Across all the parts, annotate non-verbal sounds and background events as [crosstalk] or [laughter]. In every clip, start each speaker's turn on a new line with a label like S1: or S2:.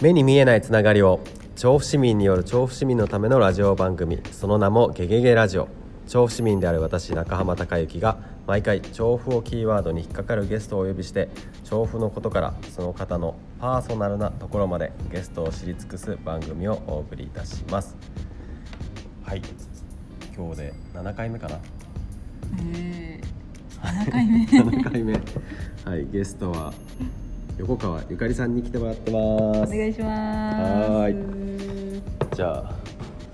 S1: 目に見えないつながりを調布市民による調布市民のためのラジオ番組その名も「ゲゲゲラジオ」調布市民である私中浜孝之が毎回調布をキーワードに引っかかるゲストをお呼びして調布のことからその方のパーソナルなところまでゲストを知り尽くす番組をお送りいたしますはい今日で7回目かな
S2: えー、7回目
S1: 7回目はいゲストは横川ゆかりさんに来てもらってま
S2: お
S1: す
S2: 願いします
S1: はーじゃあ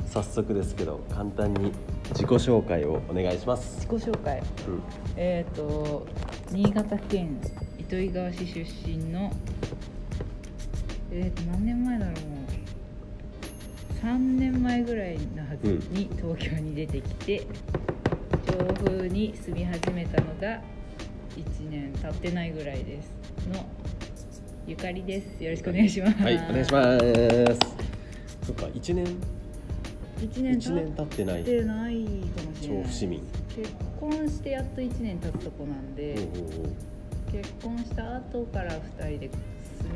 S1: 早速ですけど簡単に自己紹介をお願いします。
S2: 自己紹介
S1: うん、
S2: えっ、と新潟県糸魚川市出身のえっ、と何年前だろう3年前ぐらいのはず
S1: うん
S2: に東京に出てきて、調布に住み始めたのが1年経ってないぐらいですのゆかりですよろしくお願いします
S1: はい、お願いします。そっか、一年
S2: 1年
S1: 一
S2: 経っ
S1: 年経ってない。
S2: てないかもしれない
S1: 調布市民。
S2: 結婚してやっと1年経つとこなんで、
S1: おうおうおう
S2: 結婚した後から2人で住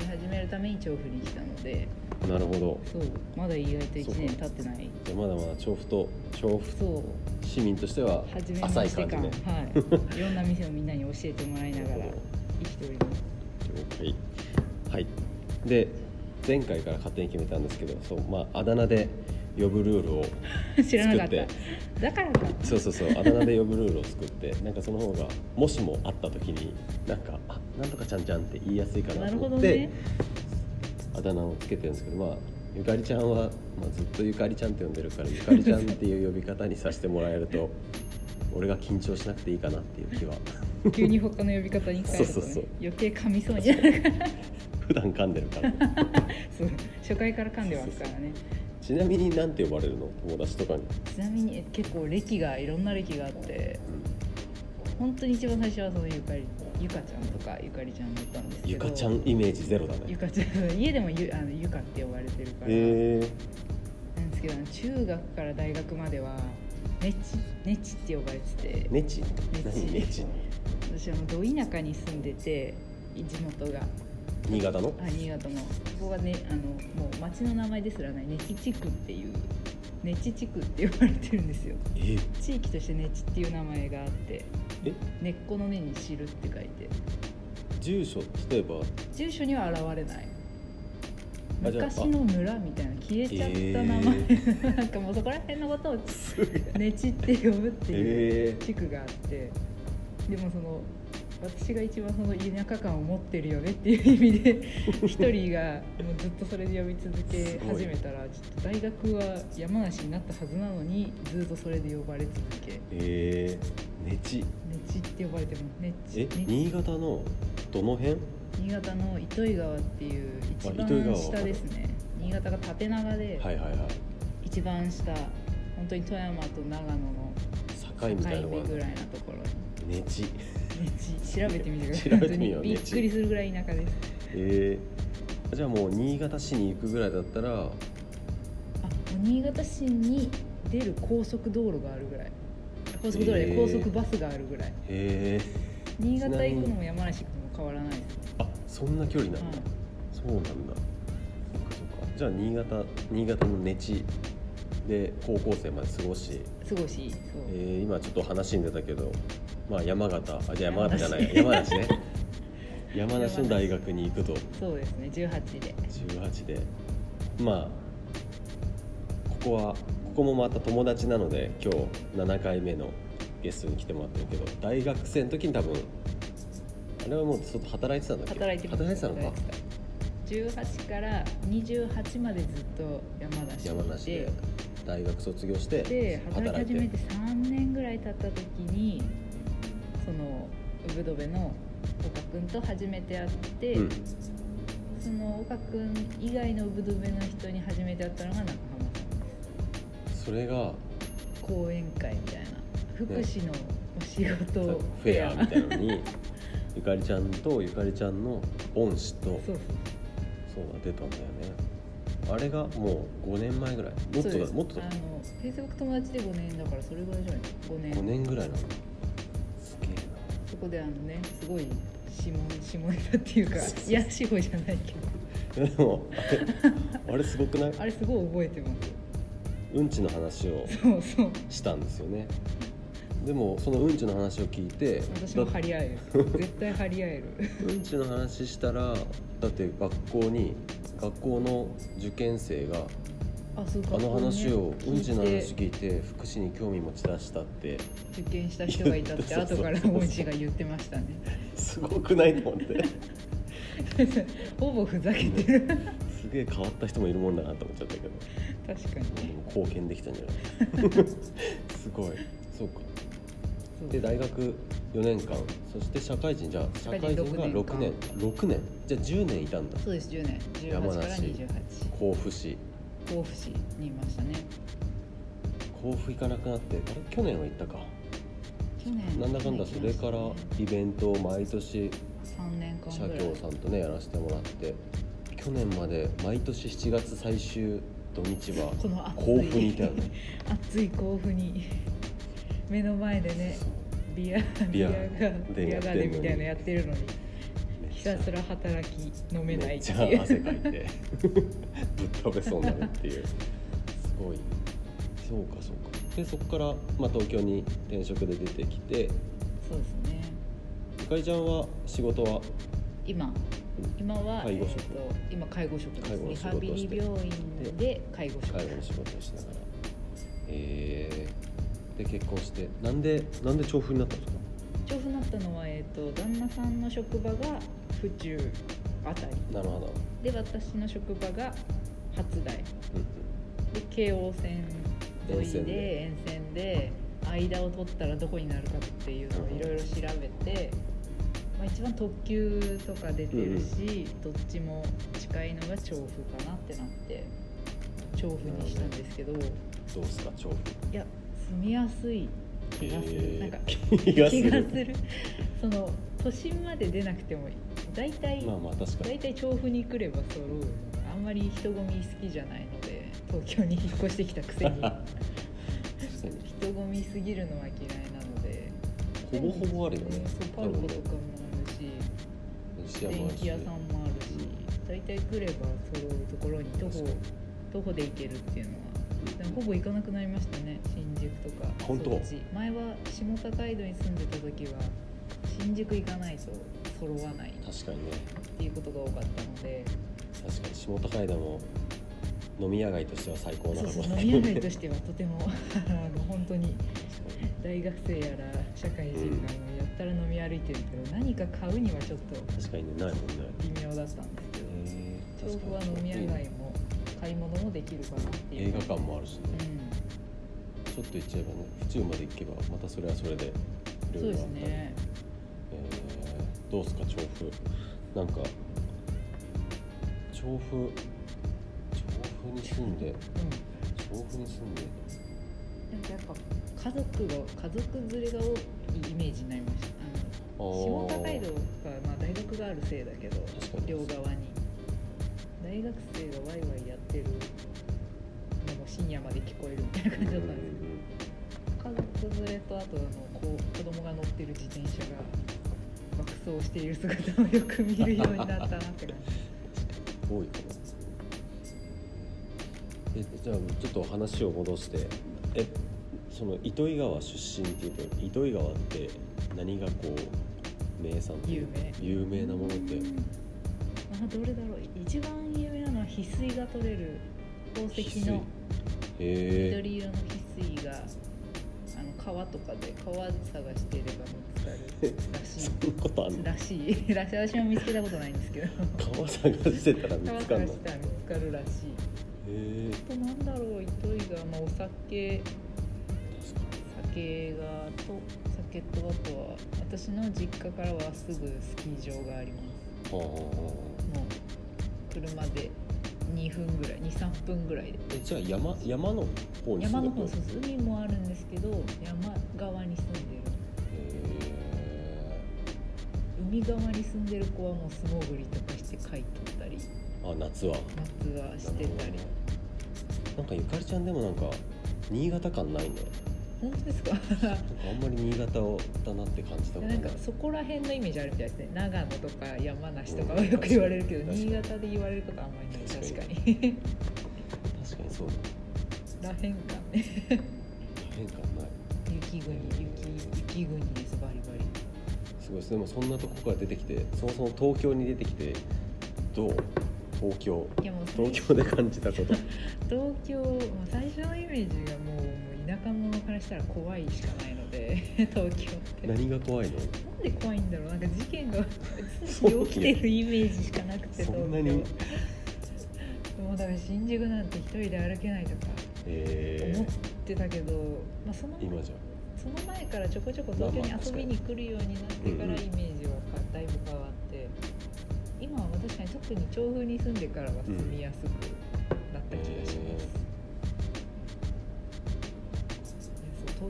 S2: み始めるために調布に来たので
S1: なるほど。
S2: そうまだ意外
S1: そ
S2: と
S1: うか
S2: 1年経ってない
S1: じゃあまだまだ調布と調布
S2: そう
S1: 市民としては
S2: 初めま
S1: 浅い
S2: して
S1: 感じ
S2: 感
S1: ね。 [laughs]
S2: はいいろんな店をみんなに教えてもらいながら
S1: なるほ
S2: 生きておりま
S1: 了
S2: す
S1: 解。はい。で前回から勝手に決めたんですけど、そうまああだ名で呼ぶルールを
S2: 知らなかっ
S1: 作った
S2: だからか
S1: そうそうそうあだ名で呼ぶルールを作ってなんかその方がもしもあった時になんか「あなんとかちゃんちゃん」って言いやすいかな
S2: な
S1: と
S2: るほ
S1: 思
S2: ど
S1: って、
S2: ね
S1: あだ名をつけてるんですけどまあゆかりちゃんは、まあ、ずっとゆかりちゃんって呼んでるからゆかりちゃんっていう呼び方にさせてもらえると [laughs] 俺が緊張しなくていいかなっていう気は [laughs]
S2: 急に他の呼び方に変え
S1: そう
S2: ると、ね
S1: そうそう、
S2: 余計噛みそうにな
S1: [laughs]
S2: るから
S1: 普段噛んでる
S2: [laughs]
S1: から、
S2: そう初回から噛んでますからね
S1: ちなみになんて呼ばれるの友達とかに、
S2: ちなみにえ結構歴がいろんな歴があって本当に一番最初はそのゆかりゆかちゃんとかゆかりちゃんだったんですけど
S1: ゆかちゃんイメージゼロだね
S2: ゆかちゃん [laughs] 家でもゆあのゆかって呼ばれてるか
S1: へ
S2: ら、
S1: え
S2: なんですけど中学から大学まではねちねちって呼ばれてて、
S1: ネチ
S2: ネチ
S1: 何ネチ
S2: 私あのど田舎に住んでて地元が
S1: 新潟の
S2: あ新潟のここがねあのもう町の名前ですらないねち地区っていうねち地区って呼ばれてるんですよ
S1: えー
S2: 地域としてねちっていう名前があって
S1: え
S2: 根っこの根に知るって書いて
S1: 住所例
S2: [laughs]
S1: えば
S2: 住所には現れない
S1: あじゃあ
S2: 昔の村みたいな消えちゃった名前、
S1: え
S2: なんかもうそこら辺のことを
S1: すげ
S2: 「ねち」って呼ぶっていう
S1: え
S2: 地区があってでもその私が一番その田舎感を持ってるよねっていう意味で
S1: [laughs]
S2: 一人がもうずっとそれで呼び続け始めたらちょっと大学は山梨になったはずなのにずっとそれで呼ばれ続け「ね
S1: ー、えー、ねち
S2: ち」って呼ばれても「ね
S1: え
S2: ち」ねち
S1: 新潟のどの辺
S2: 新潟の糸魚川っていう一
S1: あ糸魚
S2: 番
S1: 川
S2: 下ですね新潟が縦長で
S1: はいはいはい
S2: 一番下本当に富山と長野の
S1: 境みたいなの
S2: 境目ぐ
S1: が
S2: らいなところ
S1: ねち
S2: にねち調べてみてください
S1: 調べてみよう
S2: 本当にびっくりするぐらい田舎です
S1: えー、じゃあもう新潟市に行くぐらいだったら
S2: あ新潟市に出る高速道路があるぐらい高速道路
S1: へ
S2: で
S1: え
S2: 高速バスがあるぐらい、
S1: え
S2: 新
S1: ち
S2: 潟
S1: なみに
S2: 行くのも山梨行くのも変わらないです、
S1: ー、あそんな距離なんだ、
S2: は
S1: そうなんだそっかそっかじゃあ新潟新潟のねちで高校生まで過ごし、
S2: い、すごいしそう、
S1: えー、今ちょっと話に出たけどまあ山形あじゃあ山
S2: 山
S1: 形
S2: 梨
S1: じゃない山梨ね山梨の大学に行くと
S2: そうですね18で
S1: 18でまあここはここもまた友達なので今日7回目のゲストに来てもらってるけど大学生の時に多分あれはもうずっと働いてたんだっけ
S2: 働いてま
S1: 働い
S2: してた
S1: たのか
S2: 18から28までずっと山梨にいて
S1: 山梨で大学卒業して
S2: で働
S1: 働い
S2: き
S1: て
S2: 始めて3年ぐらい経った時にその産戸部の岡君と初めて会って、
S1: うん、
S2: その岡君以外の産戸部の人に初めて会ったのが中浜さんで
S1: それが
S2: す講演会みたいな福祉のお仕事
S1: フ
S2: フ
S1: ェアみたいなの
S2: に
S1: に [laughs] ゆかりちゃんとゆかりちゃんの恩師と
S2: そう
S1: そうだ出たんだよねあれがもう5年前ぐらいも
S2: そう
S1: っと
S2: そうで
S1: だ
S2: す
S1: もっとだ
S2: あのフェイスブック友達で5年だからそれぐらいじゃない5年
S1: 5年ぐらいなのすげえな
S2: そこであのねすごい指紋指紋だっていうか
S1: そうそう
S2: いや司法じゃないけど
S1: やでもあ
S2: [laughs]
S1: れあれすごくない
S2: あれすごい覚えてます
S1: うんちの話を
S2: そうそう
S1: したんですよねでもそのうんちの話を聞いて
S2: 私も
S1: だ
S2: 張り合える絶対張り合える
S1: うんちの話したらだって学校に学校の受験生が
S2: あそう
S1: [laughs] あの話を
S2: 学校
S1: う
S2: ね
S1: んちの
S2: 聞
S1: 話
S2: い
S1: 聞いて福祉に興味持ち出したって
S2: て受験した人がい
S1: [laughs]
S2: たって後から
S1: そうそうそう
S2: 恩師が言ってました
S1: [laughs]
S2: ね
S1: すごくないと思って
S2: [laughs] ほぼふざけてる
S1: すげえ変わった人もいるもんだなと思っちゃったけど
S2: 確か
S1: で
S2: に
S1: も貢献できたんじゃない
S2: [laughs]
S1: すごいそうか
S2: そう
S1: で大学4年間そして社会人じゃあ社
S2: 社
S1: 会
S2: 会
S1: 人
S2: 人
S1: が6
S2: 6
S1: 年
S2: 年
S1: 6年じゃあ10年いたんだ
S2: そうです10年
S1: 山
S2: 18から
S1: 梨
S2: 28
S1: 甲府市
S2: 甲府市にいましたね
S1: 甲府行かなくなってあれ去年は行ったか
S2: 去年
S1: なんだかんだそれからイベントを毎年
S2: 3年間
S1: 社
S2: ぐらい
S1: 協さんとねやらせてもらって去年まで毎年7月最終土日は
S2: この暑い
S1: 甲府にいたよね
S2: 暑い甲府に目の前でねビア
S1: ビ
S2: ビ
S1: ア
S2: アが
S1: で
S2: ビ
S1: や
S2: ア
S1: ってんのに
S2: ガーデンみたいなのやってるのに
S1: めっ
S2: ひ
S1: ちゃ
S2: たすら働き飲めない
S1: めっ
S2: って
S1: ちゃ
S2: いう
S1: 汗かいて [laughs] ぶっ飛べそうになるっていうすごいそうかそうかでそこから、まあ、東京に転職で出てきて
S2: [laughs] そうですね
S1: ゆかりちゃんは仕事は
S2: 今今は
S1: 介護職
S2: えーと今介護職
S1: 介護の
S2: で
S1: 仕
S2: す
S1: 事
S2: リハビ
S1: をし
S2: リ
S1: て
S2: 病院で介護職
S1: 介護の仕事をしながらえー、で結婚してなんでなんで調布になったんですか
S2: 調布になったのは、えー、と旦那さんの職場が府中あたり
S1: なるほど、
S2: で私の職場が初台
S1: うんうん、
S2: で京王線沿いで沿線で間を取ったらどこになるかっていうのをいろいろ調べて、まあ、一番特急とか出てるし、どっちも近いのが調布かなってなって調布にしたんですけどい
S1: どうですか調布
S2: や住みやすい気がする、
S1: えー
S2: なんか
S1: [laughs] 気がす
S2: 気
S1: る
S2: がするその都心まで出なくても大体、
S1: まあまあ確か
S2: 大
S1: に
S2: 体調布に来れば揃うのあんまり人混み好きじゃないので東京に引っ越してきた
S1: [laughs]
S2: くせ
S1: 確
S2: に
S1: かに
S2: 人混みすぎるのは嫌いなので
S1: ほぼほぼあるよね
S2: そうパルコとかもあるし、
S1: 西山
S2: 電
S1: あるし
S2: 気屋さんもあるし大体来れば揃うところに徒
S1: 確
S2: 歩
S1: かに
S2: 徒歩で行けるっていうのはで
S1: うん
S2: もほぼ行かなくなりましたね新宿とか
S1: 本当
S2: そっち前は下高井戸に住んでた時は新宿行かないと揃わないっ
S1: 確かにね
S2: ていうことが多かったので
S1: 確かに下高井戸も飲み屋街としては最高な
S2: そう
S1: の
S2: そう
S1: 確
S2: 飲
S1: か
S2: み
S1: に
S2: 屋街としてはとても [laughs] あの本当に大学生やら社会人がもうやったら飲み歩いてるけど、何か買うにはちょっと
S1: [laughs] 確かにねないもんね
S2: 微妙だったんですけど
S1: へー
S2: 調布は飲み屋街も買い物もできるかなっていう
S1: 映画館もあるしね
S2: う
S1: ちょっと行っちゃえばね府中まで行けばまたそれはそれでい
S2: ん
S1: ろ
S2: そ
S1: いうろ
S2: で
S1: あった
S2: す
S1: り
S2: ね
S1: えーどうですか調布なんか調布調布に住んで
S2: うん
S1: 調布に住んで
S2: なんかやっぱ家族が家族連れが多いイメージになりました
S1: あ
S2: あの下高井
S1: ー
S2: 戸が、まあ、大学があるせいだけど
S1: 確かに
S2: 両側に大学生がワイワイやってるのも深夜まで聞こえるみたいな感じだったんですけど家族連れとあとあのこう子供が乗ってる自転車が爆走している姿をよく見るようになったなって感じ
S1: 多いかなえじゃあちょっと話を戻してえその糸魚川出身っていうと糸魚川って何がこう名産というか有名なものって
S2: うんあどれだろう一番有名なのは翡翠が取れる宝石
S1: 翡翠
S2: の
S1: へえ
S2: 緑色の翡翠があの川とかで川探してれば見つかるら
S1: そ
S2: し
S1: んなことあん
S2: [laughs] い
S1: の
S2: らしいらしい私も見つけたことないんですけど
S1: 川探してたら見
S2: 川
S1: つかん
S2: 探
S1: のへ
S2: したら見つかるらしい
S1: え
S2: あとなんだろう糸魚川、まあ、お酒
S1: 確かに
S2: 酒がと酒とあとは私の実家からはすぐスキー場があります
S1: はあはあ
S2: もう車で2分ぐらい23分ぐらいで
S1: えじゃあ山山の方に住んでる
S2: 山の方そうそう海もあるんですけど山側に住んでる
S1: へ
S2: 海側に住んでる子はもう素潜りとかして貝取ったり
S1: ーあ夏は
S2: 夏はしてたり
S1: なんかゆかりちゃんでもなんか新潟感ないね
S2: 本当ですか [laughs]
S1: なんかあんまり新潟をだなって感じたこと
S2: なんかそこら辺のイメージあるみたいですね長野とか山梨とかはよく言われるけ
S1: 確か
S2: ど
S1: に
S2: 新潟で言われることあんまりない
S1: 確
S2: 確
S1: か
S2: かに
S1: 確かにそうだ
S2: [laughs] らへんかね
S1: 変化ない
S2: 雪国雪雪国ですバリバリ
S1: すごいですでもそんなとこから出てきてそもそも東京に出てきてどう東京
S2: いやもう最
S1: 東京で感じたこと
S2: [laughs] 東京、まあ、最初のイメージがもうもう田舎者からしたら怖いしかないので [laughs] 東京ってなん
S1: 何が怖いの
S2: で怖いんだろうなんか事件が常に起きてるイメージしかなくて
S1: そ
S2: 東京
S1: んなに
S2: もうだから新宿なんて一人で歩けないとか
S1: え
S2: 思ってたけど、まあ、その
S1: ー、今じゃ
S2: その前からちょこちょこ東京に遊びに来るようになってか
S1: まあまあ
S2: ら
S1: 確
S2: イメージはかだいぶ変わって今は確かに特に調布に住んでからは住みやすくなった気がします、いやそう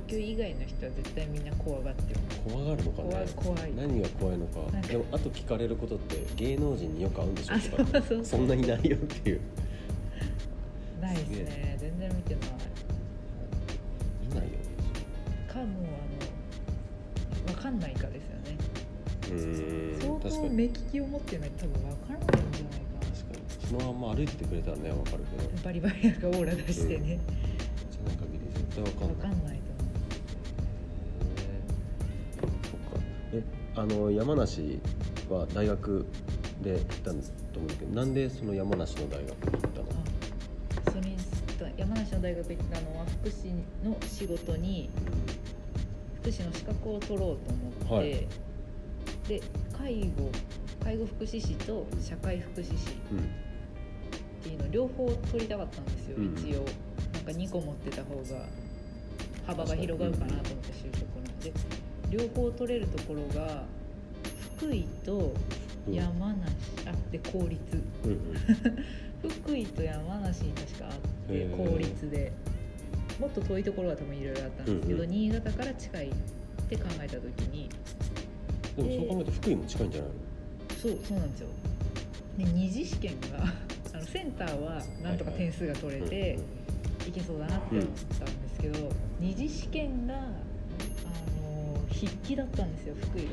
S2: 東京以外の人は絶対みんな怖がってる
S1: 怖がるのか
S2: 怖
S1: ね
S2: い怖い
S1: 何が怖いの
S2: な
S1: か
S2: んか
S1: でもあと聞かれることって芸能人によく会うんでしょ
S2: [laughs] あ
S1: う
S2: そう
S1: か
S2: そうそう
S1: そんなにないよっていう
S2: ないです
S1: すげ
S2: ね全然見てない
S1: いないよ
S2: かもうあのわかんないかですよね
S1: うーん
S2: 相
S1: 確か
S2: 当
S1: に
S2: 目利きを持ってないと多分わからないんじゃないかな
S1: 確かにそのまんま歩いててくれたらねわかるけど
S2: バリバリなんかオーラ出し
S1: じゃ
S2: てね、
S1: ない限り絶対わか
S2: わ
S1: ん
S2: か
S1: ない
S2: んないと思う
S1: そっかえあの山梨は大学で行ったんだと思うんだけどなんでその山梨の大学に行ったの
S2: あそれに山梨の大学行ったのは福祉の仕事に福祉の資格を取ろうと思って、
S1: はい
S2: で介護介護福祉士と社会福祉士っ
S1: うん、
S2: ていうの両方取りたかったんですよ、
S1: うん
S2: 一応なんか2個持ってた方が幅が広がるかなと思って就職ので両方取れるところが福井と
S1: うん、
S2: 山梨、あで公立
S1: うんうん、
S2: 福井と山梨に確かあって
S1: へー
S2: 公立でもっと遠いところは多分いろいろあったんですけど、
S1: うんうん
S2: 新潟から近いって考えた時に
S1: でもそう考えると福井も近いんじゃない
S2: そうそうなんですよで二次試験があのセンターはなんとか点数が取れ
S1: の、
S2: て、いけそうだなって思ったんですけど、二次試験があの筆記だったんですよ福井が。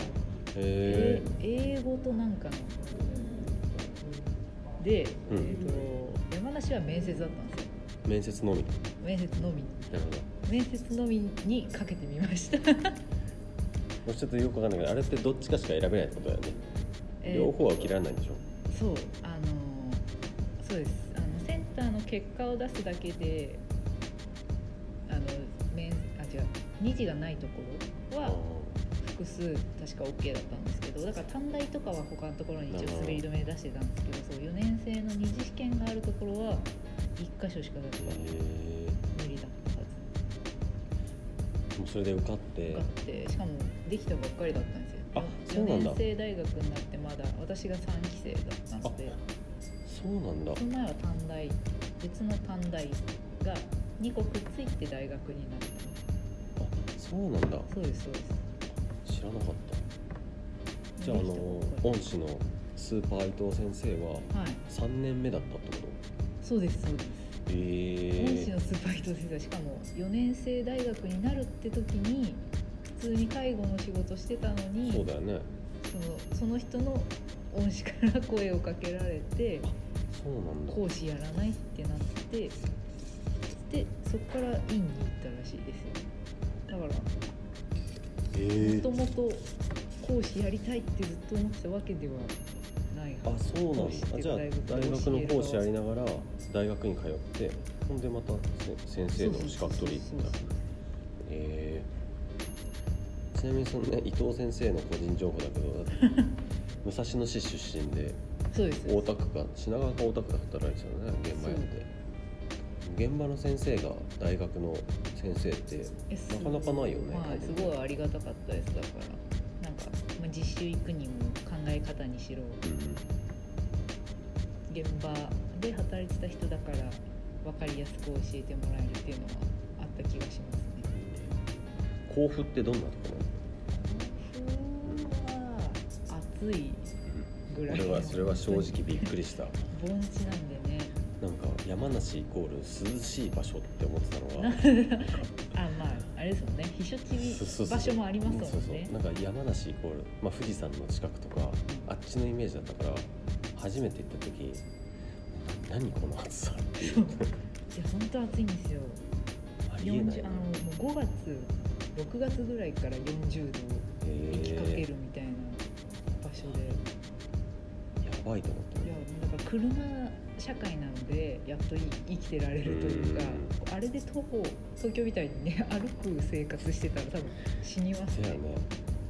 S1: へ
S2: で英語となんかので、
S1: うん
S2: えー、と山梨は面接だったんですよ
S1: え面接のみ
S2: 面接のみ
S1: なるほど
S2: 面接のみにかけてみました [laughs]
S1: もうちょっとよくわかんないけどあれってどっちかしか選べないってことだよね、
S2: えー
S1: 両方は受けられないんでしょ
S2: そうあのそうですあのセンターの結果を出すだけであの面あ違う2次がないところは複数確か OK だったんですけどだから短大とかは他のところに一応滑り止め出してたんですけどそう4年生の2次試験があるところは1箇所しか確か
S1: へ
S2: 無理だったはず
S1: えもうそれで受かって
S2: 受かってしかもできたばっかりだったんですよ
S1: あそう
S2: 4
S1: なんだ
S2: 年生大学になってまだ私が3期生だったので
S1: そうなんだ
S2: その前は短大別の短大が2個くっついて大学になった
S1: あそうなんだ
S2: そうですそうです
S1: 知らなかったじゃああ
S2: でき
S1: の
S2: たばっかり
S1: 恩師のスーパー伊藤先生は
S2: はい
S1: 3年目だったってこ
S2: そうですそうです
S1: とへ
S2: 恩師
S1: え
S2: のスーパーヒート先生しかも4年生大学になるって時に普通に介護の仕事してたのに
S1: そうだよね
S2: そのその人の恩師から声をかけられて
S1: そうなんだ
S2: 講師やらないってなってでそこから院に行ったらしいですよだから
S1: へ
S2: も
S1: え
S2: ともと講師やりたいってずっと思ってたわけではないは
S1: あ
S2: ず
S1: そうなん
S2: 講師っ
S1: だあ
S2: て
S1: じゃあ
S2: 大学
S1: 大学の講師やりながら大学に通ってほんでまたせ先生の資格取り行った
S2: そうそうそう
S1: えーちなみにそのね伊藤先生の個人情報だけど [laughs] 武蔵野市出身で
S2: そうです
S1: 大田区か品川か大田区で働いてたのね現場やって現場の先生が大学の先生って
S2: えす
S1: なかなかないよね
S2: はい、すごいありがたかったですだからなんか、まあ、実習行くにも考え方にしろ
S1: うん
S2: 現場で働いてた人だから分かりやすく教えてもらえるっていうのはあった気がしますね
S1: 甲府ってどんなとこ
S2: 甲府は暑いぐ
S1: ろ
S2: らい
S1: 俺はそれは正直びっく
S2: り
S1: りした
S2: 盆地なんでね [laughs]
S1: なんか山梨イコール涼しい場所って思ってたのが
S2: あまああれですもんね避暑
S1: そうそうそう
S2: 地に場所もありますもんね
S1: そうそうなんか山梨イコール、まあ、富士山の近くとかあっちのイメージだったから初めて行った時何この暑さっていう
S2: いや本当暑いんですよ
S1: ありえない
S2: 40あのもう5月6月ぐらいから40度
S1: え
S2: 行きかけ
S1: ー
S2: るみたいな場所で、
S1: やばいと思って
S2: いやだから車社会なのでやっとい生きてられるというかあれで徒歩東京みたいにね [laughs] 歩く生活してたら多分死にます
S1: せや
S2: ね
S1: ね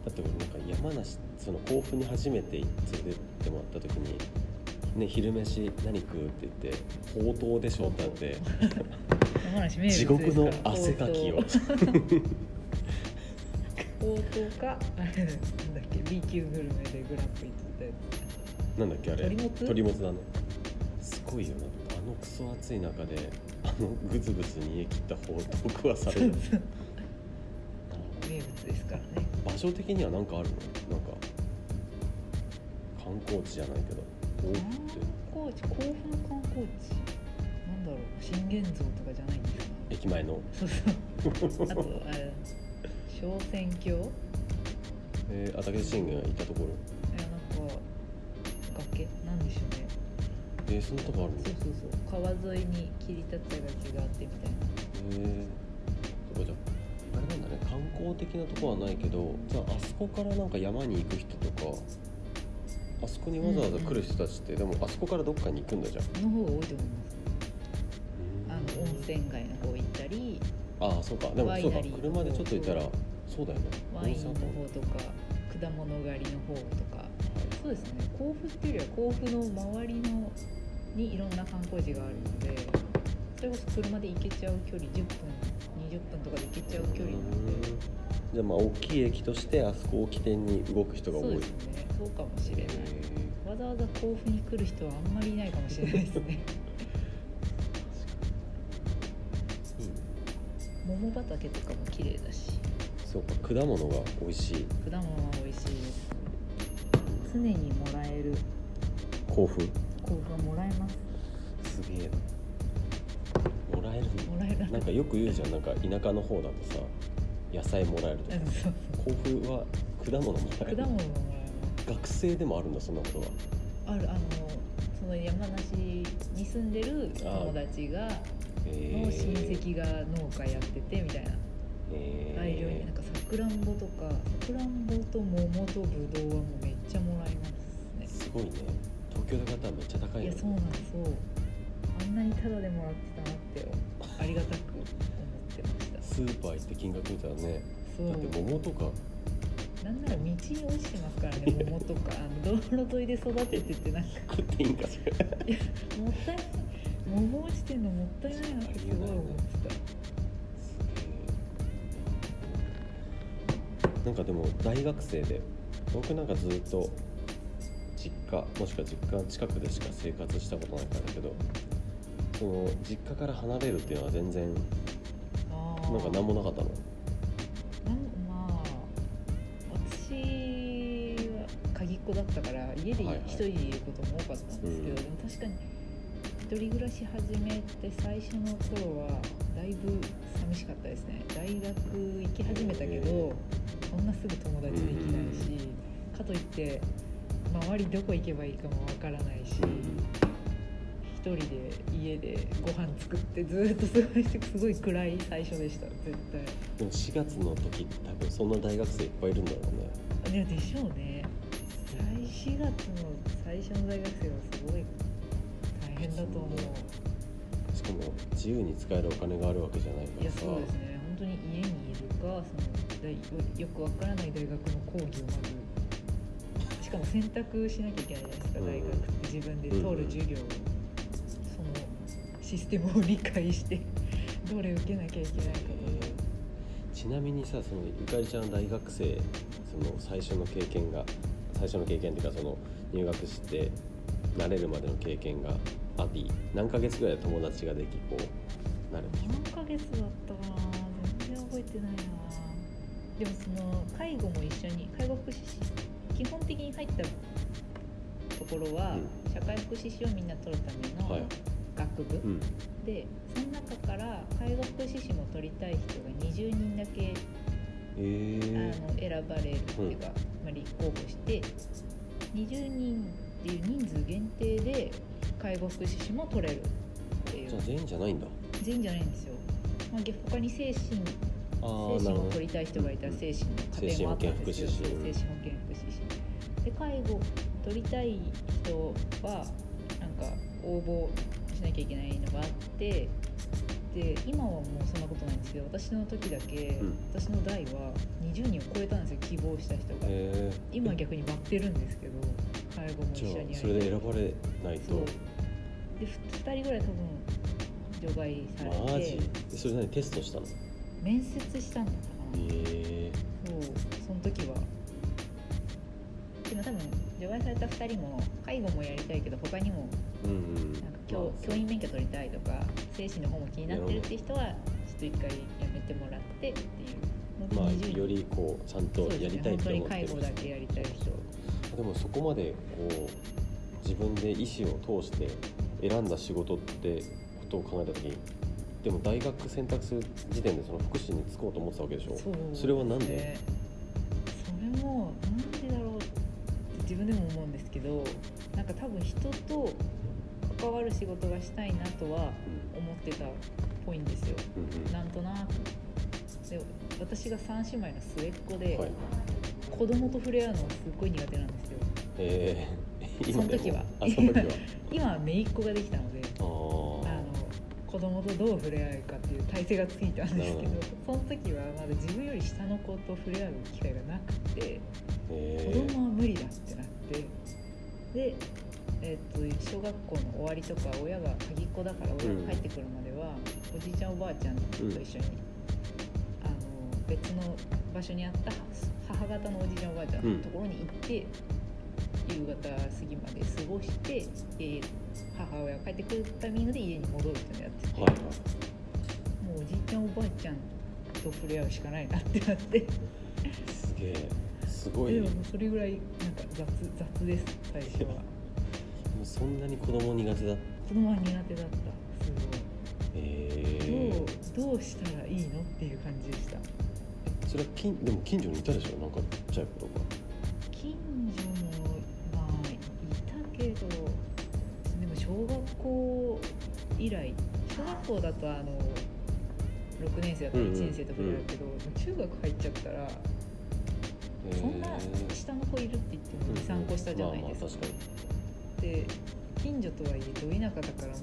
S1: だって俺なんか山梨その甲府に初めて連れてってもらった時に「ね昼飯何食う?」って言って「ほうとうでしょ」ってなって
S2: 山梨名物です
S1: 地
S2: から
S1: 獄の汗かきを
S2: ほうとうほうとうかあれなんだっけ B 級グルメでグランプリ取っ
S1: なんだっけあれ
S2: 鳥も
S1: も
S2: つ
S1: つだねすごいよなあのクソ暑い中であのグツグツ煮え切ったほうとう食わさ
S2: た
S1: れる
S2: [laughs] やつ名物ですからね
S1: 場所的には何かあるのなんか観光地じゃないけど甲府
S2: 観
S1: って
S2: 光地甲府の観光地なんだろう信玄像とかじゃないんですか
S1: 駅前の
S2: そうそう [laughs] あとあれ小仙峡いや
S1: えー、あ武信玄が行ったところ
S2: なんか崖なんでしょうね
S1: えー、そんなとこあるんだ
S2: そうそうそう川沿いに切り立った崖があってみたい
S1: へ
S2: な
S1: えじゃああれなんだね観光的なとこはないけどじゃああそこからなんか山に行く人とかあそこにわざわざ来る人たちって、でもあそこからどっかに行くんだじゃん
S2: の方が多いと思いますあの温泉街の方行ったり
S1: ああそうかでも
S2: ワイ
S1: そうか
S2: ナリーとか
S1: 車でちょっと行ったらそうだよね
S2: ワイン
S1: 温
S2: の
S1: 泉あったもん
S2: 方とか果物狩りの方とか
S1: はい
S2: そうですね甲府っていうよりは甲府の周りのにいろんな観光地があるのでそれこそ車で行けちゃう距離10分20分とかで行けちゃう距離なので。
S1: うんじゃあまあ大きい駅としてあそこを起点に動く人が多い
S2: そうですねそうかもしれない
S1: へえ
S2: わざわざ甲府に来る人はあんまりいないかもしれないです
S1: [laughs]
S2: ね
S1: いいね
S2: 桃畑とかも綺麗だし
S1: そうか果物が美味しい
S2: 果物は美味しいです常にもらえる
S1: 甲府
S2: 甲府はもらえます
S1: すげえなもらえるんだ
S2: もらえる
S1: なんかよく言うじゃんなんか田舎の方だとさ野菜もらえるとか
S2: うんそう
S1: 甲府は果物もら
S2: そう
S1: える
S2: 果物ももらえます
S1: 学生でもあるんだそんなことは
S2: あるあのその山梨に住んでる友達が
S1: え
S2: の親戚が農家やっててみたいな
S1: えー
S2: 大量になんかさくらんぼとかさくらんぼと桃とぶどうはもうめっちゃもらえますね
S1: すごいね東京の方はめっちゃ高い
S2: い
S1: よ
S2: や
S1: ね
S2: そうなんそうあんなにタダでもらってたなってありがたく思ってました
S1: スーパー行って金額見たらね
S2: そ
S1: だって
S2: う
S1: 桃とか
S2: なんなら道に落ちてますからね桃とかあの道路沿いで育てててなんか
S1: 食っていいんかしら
S2: もったいない桃落ちてんのもったいないなってすごい思って
S1: なんかでも大学生で僕なんかずっと実家もしくは実家近くでしか生活したことないからだけどその実家から離れるっていうのは全然
S2: たああ
S1: なんか何もなかったの
S2: なんまあ私は鍵っ子だったから家で
S1: はいはい
S2: 一人でいることも多かったんですけど、
S1: うん
S2: でも確かに一人暮らし始めて最初の頃はだいぶ寂しかったですね大学行き始めたけどそんなすぐ友達できないし、かといって周りどこ行けばいいかもわからないし、一人で家でご飯作ってずーっと過ごしてすごい暗い最初でした絶対。
S1: でも4月の時って多分そんな大学生いっぱいいるんだろうね
S2: いやでしょうね最4月の最初の大学生はすごい大変だと思う
S1: しかも自由に使えるお金があるわけじゃないか
S2: いや
S1: らさ
S2: そうですね本当に家にいるかその大よくわからない大学の講義をまずしかも選択しなきゃいけないじゃないですか
S1: うん
S2: 大学って自分で通る授業をそのシステムを理解してどれ受けなきゃいけないか
S1: えーちなみにさそのゆかりちゃん大学生その最初の経験が最初の経験っていうかその入学して慣れるまでの経験があり何ヶ月ぐらいで友達ができこうなる
S2: 何ヶ月だったかな全然覚えてないなでもその介護も一緒に介護福祉士基本的に入ったところは、
S1: う
S2: 社会福祉士をみんな取るための
S1: はい
S2: 学部、
S1: うん
S2: でその中から介護福祉士も取りたい人が20人だけ、
S1: えー
S2: あの選ばれるっていうか、まあ、立候補して20人っていう人数限定で介護福祉士も取れるっていう
S1: じゃあ全員じゃないんだ
S2: 全員じゃないんですよ、まあ、逆他に精神
S1: あ
S2: 精
S1: ー
S2: 神
S1: なる
S2: を
S1: ほど
S2: 取りたい人がいたら精神の家庭もあったんで
S1: 精
S2: すよ
S1: 神保健福祉士
S2: 精神保健福祉士で介護取りたい人はなんか応募しなきゃいけないのがあってで今はもうそんなことないんですけど私の時だけ、
S1: うん
S2: 私の代は20人を超えたんですよ希望した人が、
S1: えー
S2: 今逆に割ってるんですけど介護も一
S1: じゃ
S2: 緒に
S1: あ
S2: や
S1: そ
S2: り
S1: れ
S2: たい
S1: で選ばれない
S2: そう
S1: と
S2: で2人ぐらい多分除外され
S1: マ
S2: て
S1: ジえそれ何テストしたの
S2: 面接したんだったかな、
S1: え
S2: そうその時はでも多分除外された2人も介護もやりたいけど他にも
S1: ーうんうん
S2: なんか教,、
S1: まあ
S2: 教員免許取りたいとか精神の方も気になってるって人はちょっと一回やめてもらってっていう
S1: ま
S2: の
S1: あ
S2: で20人
S1: よりこうちゃんとやりたいと
S2: そうですね
S1: 思
S2: 本当に
S1: ってる
S2: 介護だけやりたい人
S1: でもそこまでこう自分で意思を通して選んだ仕事ってことを考えた時にでも大学選択する時点でその福祉に就こうと思ってたわけでしょ
S2: そう
S1: それはなんで
S2: ねそれもなんでだろうって自分でも思うんですけどなんか多分人と関わる仕事がしたいなとは思ってたっぽいんですよ
S1: うんうん
S2: なんとなくで私が3姉妹の末っ子で、
S1: はい
S2: 子供と触れ合うのがすっごい苦手なんですよ
S1: え
S2: [laughs]
S1: ー、
S2: その
S1: でも
S2: 時は
S1: あその
S2: [laughs]
S1: 時は
S2: 今は姪っ子ができたので
S1: あー
S2: あの子供とどう触れ合うかっていう体制がついたんですけど
S1: なる
S2: その時はまだ自分より下の子と触れ合う機会がなくて子
S1: えー
S2: 供は無理だってなってで、えっと小学校の終わりとか親が鍵っ子だから親が帰ってくるまでは、おじいちゃんおばあちゃんと一緒に、
S1: うん
S2: あの別の場所にあった母方のおじいちゃんおばあちゃんのところに行って、夕方過ぎまで過ごして、えー母親が帰ってくるタイミングで家に戻るっていうのをやってて、
S1: はい
S2: もうおじいちゃんおばあちゃんと触れ合うしかないなってなって。
S1: すげえすごい
S2: で
S1: ね
S2: も
S1: で
S2: もうそれぐらいなんか雑雑です最初
S1: [laughs]
S2: は
S1: もそんなに子供苦手だ
S2: 子供は苦手だったす
S1: え
S2: ご
S1: ー
S2: いどうどうしたらいいのっていう感じでした
S1: それは近でも近所にいたでしょなんかちっちゃい子とか
S2: 近所もまあいたけどでも小学校以来小学校だとあの6年生だから1年生とかになるけど、中学入っちゃったらそんな
S1: えー
S2: 下の子いるって言っても23個下じゃないですか、
S1: まあまあ確かに
S2: で近所とはいえど田舎だからもう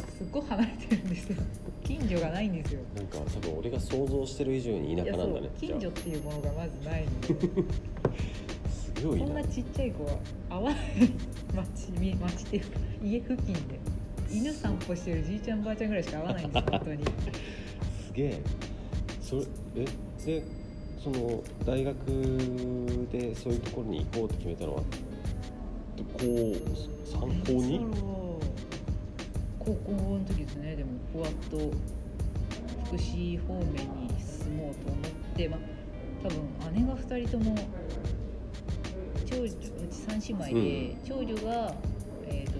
S2: すっごい離れてるん
S1: [laughs]
S2: ですよ近所がないんですよ
S1: なんか多分俺が想像してる以上に田
S2: いや
S1: 舎
S2: そ
S1: なんだ
S2: う
S1: ね
S2: 近
S1: じ
S2: 所
S1: ゃ
S2: っていうものがまずない
S1: [laughs]
S2: んで
S1: あすごい
S2: そ
S1: なん
S2: なちっちゃい子は合わない町み町っていうか家付近で犬散歩してるじいちゃんばあちゃんぐらいしか合わないんですよ本当に
S1: すげえそれえでその大学でそういうところに行こうって決めたのはでこう参考に
S2: なんだろう高校の時ですねでもふわっと福祉方面に進もうと思って、まあ、多分姉が2人とも長女うち3姉妹で、長女が、えー、と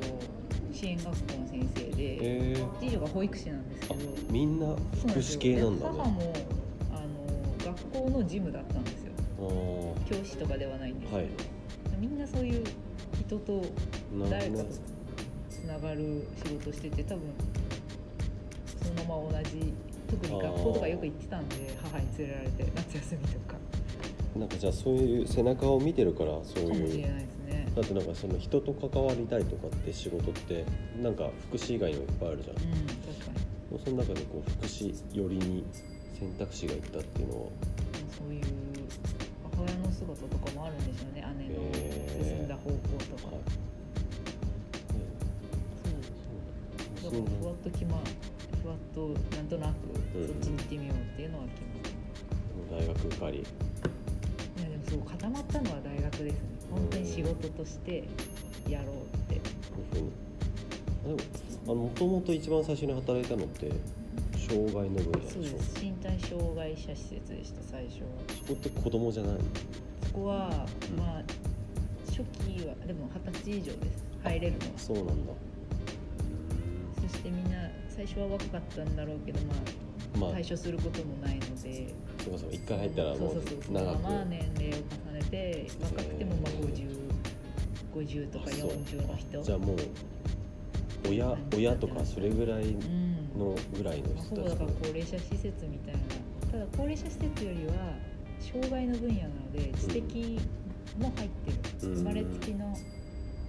S2: 支援学校の先生で
S1: えー、
S2: 次女が保育士なんですけ
S1: あ
S2: ど
S1: みんな
S2: そう
S1: 福
S2: なんです
S1: 祉系
S2: よ
S1: なんだ
S2: で
S1: ね
S2: 母もあの学校のジムだったんですよ
S1: あー
S2: 教師とかではないんですけ
S1: は
S2: ど、
S1: い
S2: みんなそういう人と
S1: な
S2: 誰
S1: る
S2: か
S1: ほ
S2: と
S1: ど
S2: つながる仕事してて多分そのまま同じ特に学校とかよく行ってたんで母に連れられて夏休みとか
S1: なんかじゃあそういう背中を見てるからそう
S2: かもし
S1: い
S2: れ
S1: う
S2: ないですね
S1: だってなんかその人と関わりたいとかって仕事ってなんか福祉以外にもいっぱいあるじゃん
S2: うん確かに
S1: その中でこう福祉寄りに選択肢がいったっていうのは
S2: そういう母親の姿とかもあるんでしょうね姉の進んだ方向と
S1: そ
S2: か、そううだからふわっと決まふわっとなんとなく
S1: うん
S2: そっちに行ってみようっていうのは決まって
S1: 大学受かり
S2: いやでもそう固まったのは大学ですね本当に仕事としてやろうって
S1: こういうふうにあでももともと一番最初に働いたのって障害の分野でし
S2: そう
S1: ょ
S2: です身体障害者施設でした最初は
S1: そこって子供じゃない
S2: そこは、
S1: うん
S2: まあ初期はでも二十歳以上です入れるのは
S1: そうなんだ
S2: そしてみんな最初は若かったんだろうけどまあ
S1: まあ
S2: 対処することもないので、
S1: そもそも一回入ったら
S2: そ
S1: も
S2: うそううそうその
S1: 長
S2: ま
S1: く
S2: ま年齢を重ねて若くてもまあ
S1: へ
S2: 5050
S1: ー
S2: とか
S1: あそう
S2: 40の人
S1: あじゃあもう親親とかそれぐらい
S2: うん
S1: のぐらいの
S2: まあほ
S1: 人
S2: ぼ
S1: た
S2: だ
S1: ち
S2: か
S1: の
S2: ら高齢者施設みたいなただ高齢者施設よりは障害の分野なので知的も入ってる、
S1: うん
S2: 生まれつきの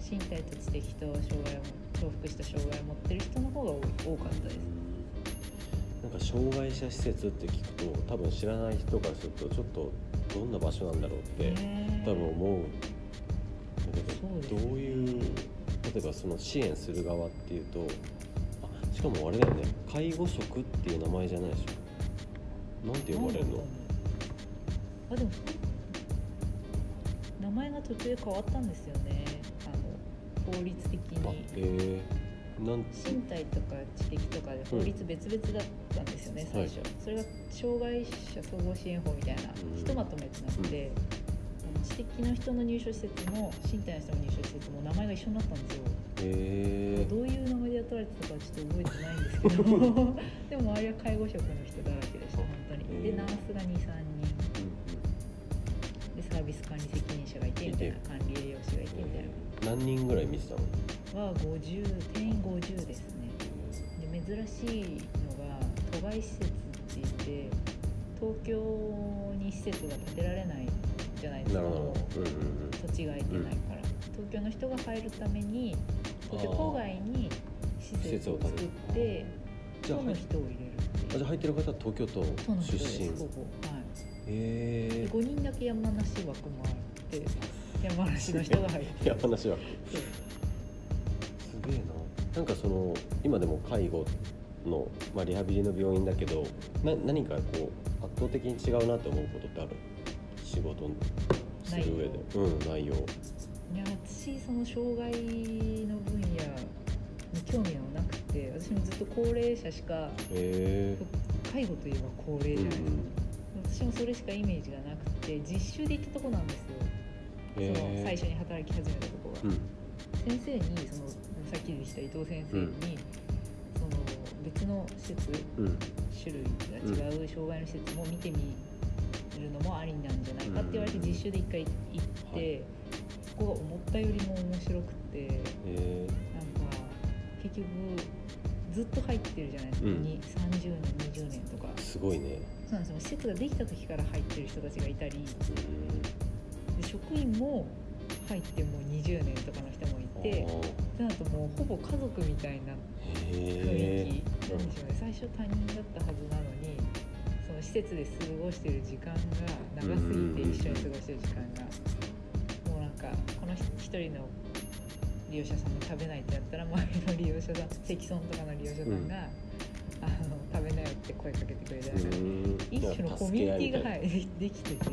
S2: 身体と知的と障害を重複した障害を持ってる人の方が多多かったです
S1: なんか障害者施設って聞くと多分知らない人からするとちょっとどんな場所なんだろうって
S2: ねえ
S1: 多分思うんだけ
S2: そうです
S1: ど
S2: ね
S1: どういう例えばその支援する側っていうとあしかもあれだよね介護職っていう名前じゃないでしょなんて呼ばれるの
S2: あでも名前が途中で変わったんですよねあの法律的
S1: あ
S2: に
S1: えー、なん
S2: 身体とか知的とかで法律別々だったんですよね、
S1: はい
S2: 最初それが障害者総合支援法みたいな
S1: うん
S2: ひとまとめってなって、あの知的の人の入所施設も身体の人の入所施設も名前が一緒になったんですよ、
S1: え
S2: どういう名前で雇われてたかはちょっと覚えてないんです
S1: [laughs]
S2: けどでも周りは介護職の人だらけでした本当に、
S1: へ
S2: で
S1: え
S2: ナースが
S1: ー
S2: 23人
S1: うん
S2: でサービス管理責任者がいてみたいな管理栄養士がいてみたい
S1: えー何人ぐらい見てたの、
S2: なは50定員50ですねで珍しいのが都外施設って言って東京に施設が建てられないじゃないです
S1: な
S2: か
S1: るほど、うんうんうん、
S2: 土地が空いてないから、東京の人が入るために東京郊外に施設を作っ
S1: 施設を建て
S2: て
S1: るじゃあ
S2: 都の人を入れる
S1: あ
S2: って
S1: じゃ
S2: いう
S1: あ入ってる方は東京都
S2: 都の人
S1: 出
S2: です
S1: 身
S2: ここはい
S1: え
S2: 5人だけ山梨枠もあって山梨の人が入る
S1: え [laughs] いや話は
S2: そう
S1: すげえななんかその今でも介護の、まあ、リハビリの病院だけどな何かこう圧倒的に違うなと思うことってある仕事する上でうん内容
S2: いや私その障害の分野に興味はなくて私もずっと高齢者しか
S1: へえ
S2: 介護といえば高齢じゃないですか、私もそれしかイメージがなくて実習で行ったとこなんですよ、その最初に働き始めたとこが、
S1: うん
S2: 先生にそのさっきでした伊藤先生に、
S1: うん
S2: その別の施設
S1: うん
S2: 種類が違う障害の施設も見てみるのもありなんじゃないかって言われて
S1: うん
S2: 実習で一回行って、
S1: はい
S2: ここが思ったよりも面白くてなんか
S1: え
S2: 結局ずっと入ってるじゃないですか、
S1: うん
S2: に30年20年とか
S1: ー、すごいね
S2: そうなんですよ施設ができた時から入ってる人たちがいたり
S1: うん
S2: で職員も入ってもう20年とかの人もいて
S1: あー
S2: ってなるともうほぼ家族みたいな雰囲
S1: へ
S2: 気なんでしょうね最初他人だったはずなのにその施設で過ごしてる時間が長すぎて
S1: うん
S2: 一緒に過ごしてる時間がもうなんかこの一人の利用者さんが食べないってやったら周りの利用者さん積損とかの利用者さんが、あの食べなよって声かけてくれたり
S1: え
S2: とか
S1: うん
S2: 一種のコミュニティが、はい [laughs] い、できてて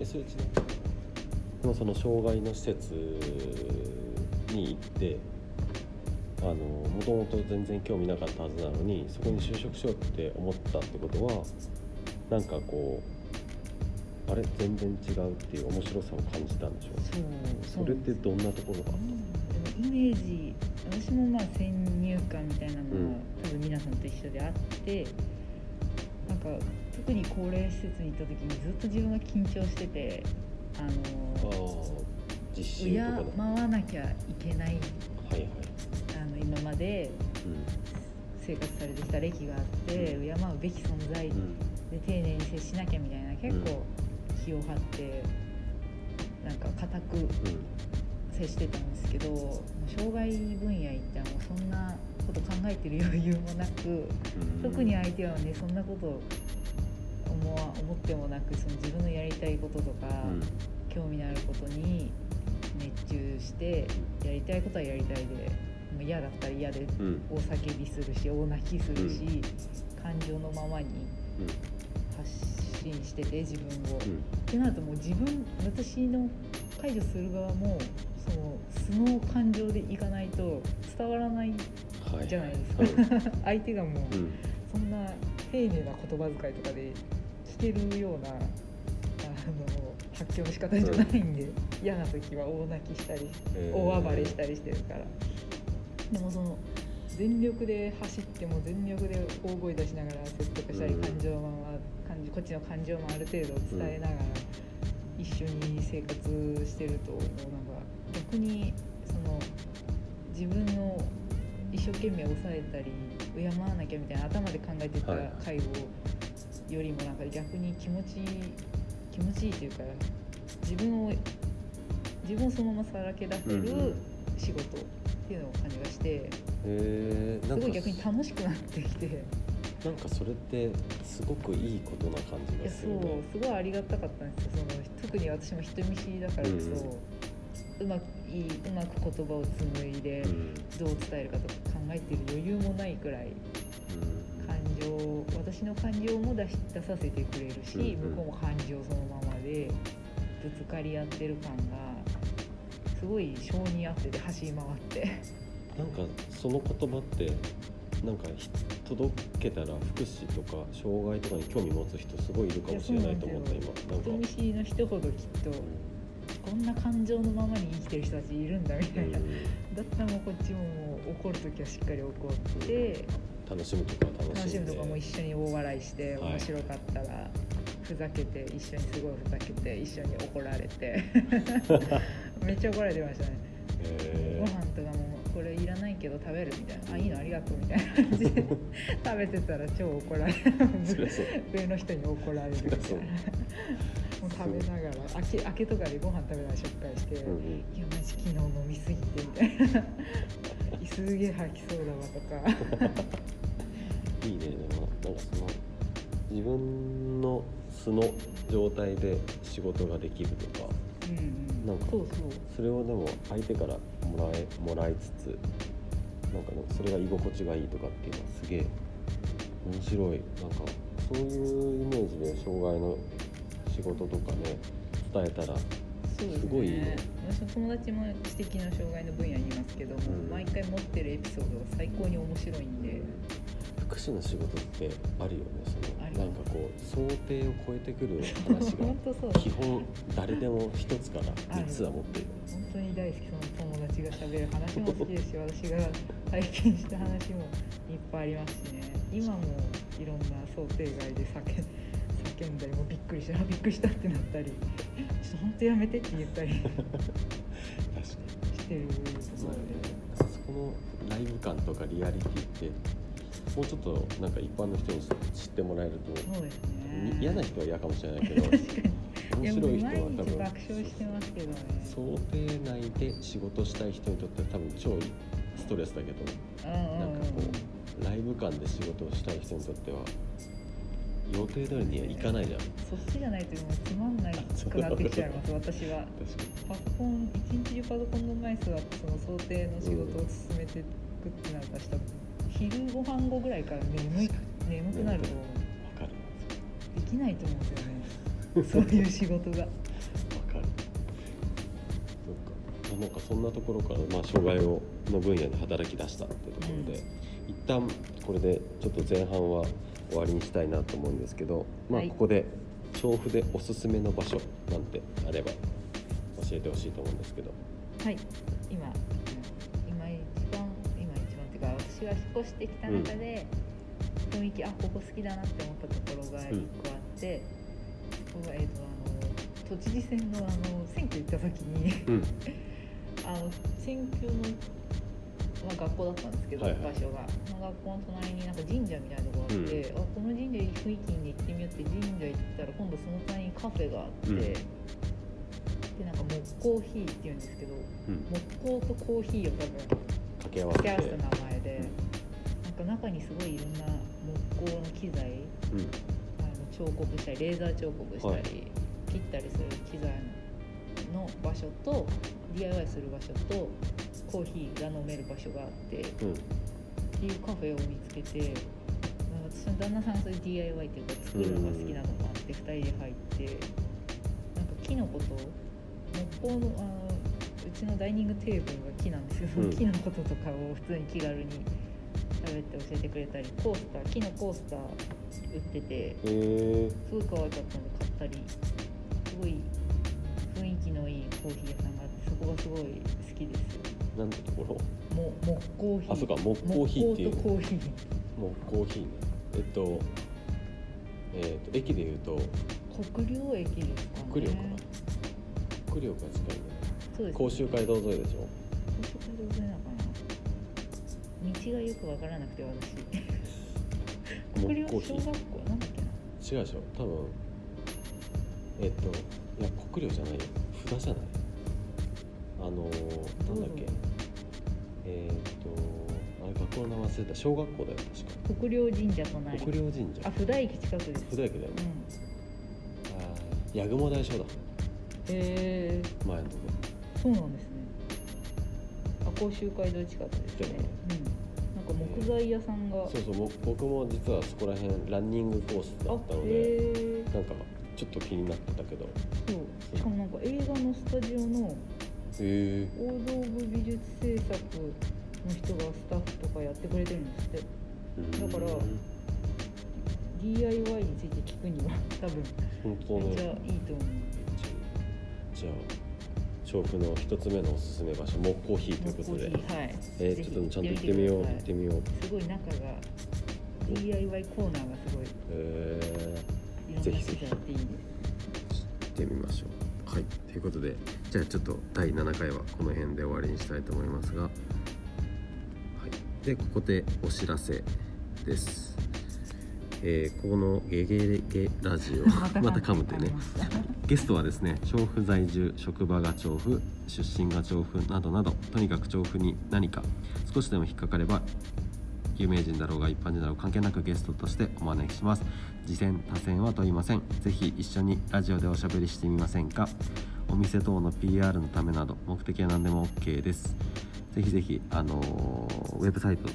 S1: えそれちなみにでもその障害の施設に行ってあのもともと全然興味なかったはずなのにそこに就職しようって思ったってことはなんかこうあれ全然違うっていう面白さを感じたんでしょう
S2: そう
S1: それってどんなところが
S2: うんでもイメージ私もまあ先入観みたいなのは、
S1: うん
S2: 多分皆さんと一緒であってなんか特に高齢施設に行った時にずっと自分が緊張しててあ
S1: あ
S2: の
S1: あ実
S2: 敬
S1: 習とかだ、
S2: わなきゃいけない
S1: はいはい、
S2: あの今まで
S1: うん
S2: 生活されてきた歴があって、
S1: うん
S2: 敬うべき存在
S1: うん
S2: で丁寧に接しなきゃみたいな結構気を張って、なんか固く
S1: うん、
S2: 接してたんですけど障害分野行ったらもうそんなこと考えてる余裕もなく特に相手はねそんなこと思わ思ってもなくその自分のやりたいこととか、
S1: うん
S2: 興味のあることに熱中してやりたいことはやりたいでもう嫌だったら嫌で
S1: うん
S2: 大叫びするし大泣きするし、感情のままに
S1: うん
S2: 発信してて自分
S1: うん
S2: を。ってなるともう自分私の解除する側もその素の感情でいかないと伝わらない
S1: はい
S2: じゃないです
S1: うん
S2: か、 [laughs] 相手がもう
S1: うん
S2: そんな丁寧な言葉遣いとかで聞けるようなあの発狂の仕方じゃないんで、嫌な時は大泣きしたり
S1: えー
S2: 大暴れしたりしてるから、でもその全力で走っても全力で大声出しながら説得したり、
S1: うん
S2: 感情マンは感じこっちの感情もある程度伝えながら一緒に生活してると、もうなんか逆にその自分の一生懸命抑えたり敬わなきゃみたいな頭で考えてた
S1: はい
S2: 介護よりもなんか逆に気持ち気持ちいいというか自分を自分をそのままさらけ出せ
S1: うんうん
S2: る仕事っていうのを感じがして。
S1: えー、な
S2: す
S1: ん
S2: ごい
S1: か
S2: 逆に楽しくなってきてい
S1: なんかそれってすごくいいことな感じが
S2: や
S1: す
S2: そ
S1: るね
S2: うすごいありがたかったんですよその特に私も人見知りだからこそ、うまくいいうまく言葉を紡いで
S1: うん
S2: どう伝えるかとか考えてる余裕もないくらい
S1: うん
S2: 感情を私の感情も出し出させてくれるし、
S1: うんうん
S2: 向こうも感情そのままでぶつかり合ってる感がすごい性に合ってて走り回って
S1: なんかその言葉ってなんかひ届けたら福祉とか障害とかに興味持つ人すごいいるかもしれないと思った
S2: いや
S1: 今なんか
S2: 人見知りの人ほどきっとこんな感情のままに生きてる人たちいるんだみ
S1: う
S2: たいな。
S1: ん
S2: だったらもうこっちももう怒る時はしっかり怒って
S1: 楽しむとかは楽
S2: 楽
S1: し
S2: し
S1: ん
S2: む
S1: で
S2: とかも一緒に大笑いして
S1: はい
S2: 面白かったらふざけて一緒にすごいふざけて一緒に怒られ
S1: [laughs]
S2: てめっちゃ怒られてましたね、
S1: へ
S2: ご飯とかもこれいらないけど食べるみたいな「あいいのありがとう」みたいな感じ
S1: [laughs]
S2: で食べてたら超怒られる
S1: ーそりゃそう
S2: 上の人に怒られるみたい
S1: そ
S2: な
S1: う
S2: もう食べながら開け開けとかでご飯食べながらしょっぱいして。
S1: うんうん
S2: いやマジ昨日飲みすぎてみたいなすげえ吐きそうだわとか
S1: いいねでもなんかその自分の素の状態で仕事ができるとか
S2: うんうん
S1: なんか
S2: そう
S1: それをでも相手からもらえもらいつつなんかねそれが居心地がいいとかっていうのはすげえ面白いなんかそういうイメージで障害の仕事とかね伝えたら
S2: そうそうです
S1: ごいね
S2: 私の友達も知的な障害の分野にいますけども、
S1: うん
S2: 毎回持ってるエピソードが最高に面白いんで
S1: 福祉の仕事ってあるよね
S2: あり
S1: そのな
S2: ます
S1: んかこう想定を超えてくる話が [laughs]
S2: [laughs] 本当そう
S1: 基本誰でも一つから3つは持ってる
S2: 本当に大好きその友達が喋る話も好きですし私が体験した話もいっぱいありますしね今もいろんな想定外で叫ん叫んだりもうびっくりしたあびっくりしたってなったりちょっと本当やめてって言ったり
S1: 確かに
S2: してるところで
S1: あそこのライブ感とかリアリティってもうちょっとなんか一般の人に知ってもらえると
S2: そうですね
S1: 嫌な人は嫌かもしれ
S2: [laughs]
S1: ないけど
S2: 確かに
S1: 面
S2: やも
S1: 白
S2: う
S1: い人は
S2: 毎
S1: 多
S2: 日
S1: 分
S2: 爆笑してますけどね
S1: 想定内で仕事したい人にとっては多分超ストレスだけど
S2: うんうん
S1: な
S2: うん
S1: んかこうライブ感で仕事をしたい人にとっては予定通りにはいかないじゃん
S2: そっちじゃないともうつまんないくなってきちゃいます私は。
S1: 確か
S2: パソコン一日中パソコンの前座ってその想定の仕事を進めていくってなると明日昼ご飯後ぐらいから眠い眠くなると
S1: にわかる
S2: できないと思うんですよねそういう仕事が
S1: わかるそっかあなんかそんなところから、まあ、障害をの分野で働き出したっていうところで、一旦これでちょっと前半は終わりにしたいなと思うんですけど、まあ、
S2: はい
S1: ここで調布でおすすめの場所なんてあれば教えてほしいと思うんですけど
S2: はい今今一番今一番っていうか私が引っ越してきた中で、雰囲気あここ好きだなって思ったところが一個あって、そこがえっ、とあの都知事選のあの選挙行った時に
S1: うん
S2: あの選挙の、まあ、学校だったんですけど、
S1: はいはい
S2: 場所が、その学校の隣になんか神社みたいなとこがあって、あこの神社いい雰囲気に行ってみようって神社行ったら今度その隣にカフェがあって、
S1: うん
S2: でなんか木工ヒーっていうんですけど
S1: うん
S2: 木工とコーヒーを多分
S1: 掛け合わせ
S2: 掛け
S1: て
S2: 合わせた名前で、なんか中にすごいいろんな木工の機材
S1: うん
S2: あの彫刻したりレーザー彫刻したり、
S1: はい
S2: 切ったりする機材の場所と DIY する場所とコーヒーが飲める場所があってっ
S1: うん
S2: ていうカフェを見つけてまあ私の旦那さんはそういう DIY っていうか作るのが好きなのもあって2人で入ってなんか木のこと木工のあのうちのダイニングテーブルが木なんですけど、
S1: うん
S2: 木のこととかを普通に気軽に喋って教えてくれたりコースター木のコースター売ってて。
S1: えー、
S2: すごい可愛かったんで買ったりすごい雰囲気のいいコーヒー屋さんがあってそこがすごい好きです
S1: なんてところ
S2: も木工品
S1: あそうか木工品っていう
S2: 木工とコーヒー
S1: もうコーヒーねえっとえっと駅でいうと
S2: 国領駅ですかね
S1: 国領かな国領が近いね
S2: そうです
S1: 甲州街道沿いでしょ
S2: 高速道路なのかな道がよくわからなくて
S1: も
S2: 私
S1: う
S2: 国領
S1: コーヒ
S2: 小
S1: ー
S2: 学校なんだっけな
S1: 違うでしょ多分えっといや国領じゃないよ札じゃないあのーなんだっけ
S2: どうぞ
S1: えっとあれ学校の名前忘れた小学校だよ
S2: 国領神社
S1: 確
S2: 隣
S1: か国領神社
S2: あ普段駅近くです
S1: 札駅だよ
S2: う
S1: ね
S2: ん
S1: あー八雲台所だ
S2: へえ
S1: 前のとこ
S2: そうなんですねあ甲州街道近くです
S1: そう
S2: ね
S1: ね
S2: うんなんか木材屋さんが、
S1: そうそうも僕も実はそこら辺ランニングコースだ
S2: あ
S1: ったので
S2: へえ
S1: なんかちょっと気になってたけどへ
S2: そうしかもなんか映画のスタジオの
S1: え
S2: 大道具美術制作の人がスタッフとかやってくれてるんですって DIY について聞くには多分
S1: 本当
S2: めっちゃ
S1: ね
S2: いいと思う
S1: じゃあ調布の一つ目のおすすめ場所木工ヒーということで
S2: 木工品はい
S1: えー
S2: ぜひ
S1: ちょっとちゃんと行ってみよう
S2: く
S1: 行
S2: ださい
S1: ってみよう
S2: すごい中が DIY コーナーがすごい
S1: え
S2: いろん
S1: ぜ
S2: な
S1: ひぜ
S2: 人
S1: ひ
S2: があっていいです
S1: ー、行ってみましょうはいということでじゃあちょっと第7回はこの辺で終わりにしたいと思いますが、はい、でここでお知らせですえー、この「ゲゲレゲラジオ」また噛むってねゲストはですね調布在住職場が調布出身が調布などなどとにかく調布に何か少しでも引っかかれば有名人だろうが一般人だろうが関係なくゲストとしてお招きします次戦他戦は問いませんぜひ一緒にラジオでおしゃべりしてみませんかお店等の PR のためなど目的は何でも OK ですぜひぜひあのーウェブサイト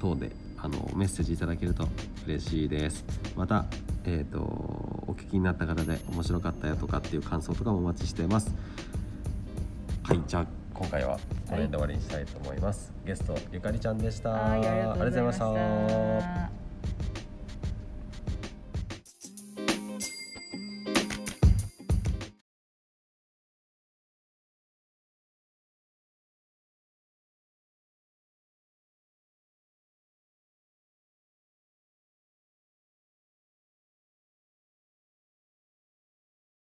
S1: 等であのメッセージいただけると嬉しいですまたえっ、とお聞きになった方で面白かったよとかっていう感想とかもお待ちしていますはいじゃあ今回はこの辺で終わりにしたいと思います、ゲストゆかりちゃんでした
S2: はいありがとうございまし
S1: ありがとうございました
S2: た